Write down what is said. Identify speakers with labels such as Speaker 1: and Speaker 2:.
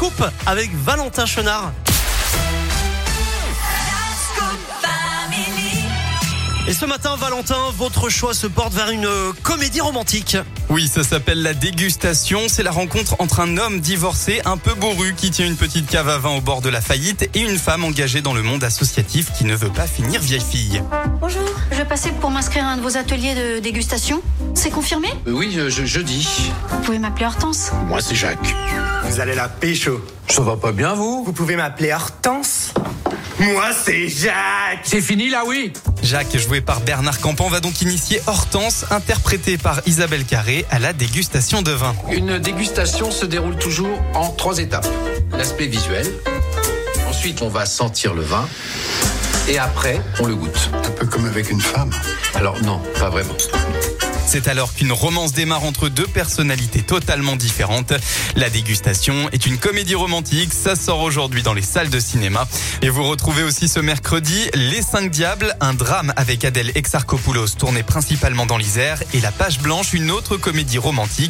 Speaker 1: Scoop avec Valentin Chenard. Et ce matin, Valentin, votre choix se porte vers une euh, comédie romantique.
Speaker 2: Oui, ça s'appelle la dégustation. C'est la rencontre entre un homme divorcé, un peu bourru, qui tient une petite cave à vin au bord de la faillite, et une femme engagée dans le monde associatif qui ne veut pas finir vieille fille.
Speaker 3: Bonjour, je passais pour m'inscrire à un de vos ateliers de dégustation. C'est confirmé
Speaker 4: Euh, Oui, je, je- jeudi.
Speaker 3: Vous pouvez m'appeler Hortense.
Speaker 4: Moi, c'est Jacques.
Speaker 5: Vous allez la pécho.
Speaker 4: Ça va pas bien, vous
Speaker 5: Vous pouvez m'appeler Hortense Moi, c'est Jacques
Speaker 4: C'est fini, là, oui
Speaker 2: Jacques, joué par Bernard Campan, va donc initier Hortense, interprétée par Isabelle Carré, à la dégustation de vin.
Speaker 4: Une dégustation se déroule toujours en trois étapes. L'aspect visuel. Ensuite, on va sentir le vin. Et après, on le goûte.
Speaker 6: Un peu comme avec une femme.
Speaker 4: Alors, non, pas vraiment.
Speaker 2: C'est alors qu'une romance démarre entre deux personnalités totalement différentes. La dégustation est une comédie romantique, ça sort aujourd'hui dans les salles de cinéma. Et vous retrouvez aussi ce mercredi Les Cinq Diables, un drame avec Adèle Exarchopoulos tourné principalement dans l'Isère, et La Page Blanche, une autre comédie romantique.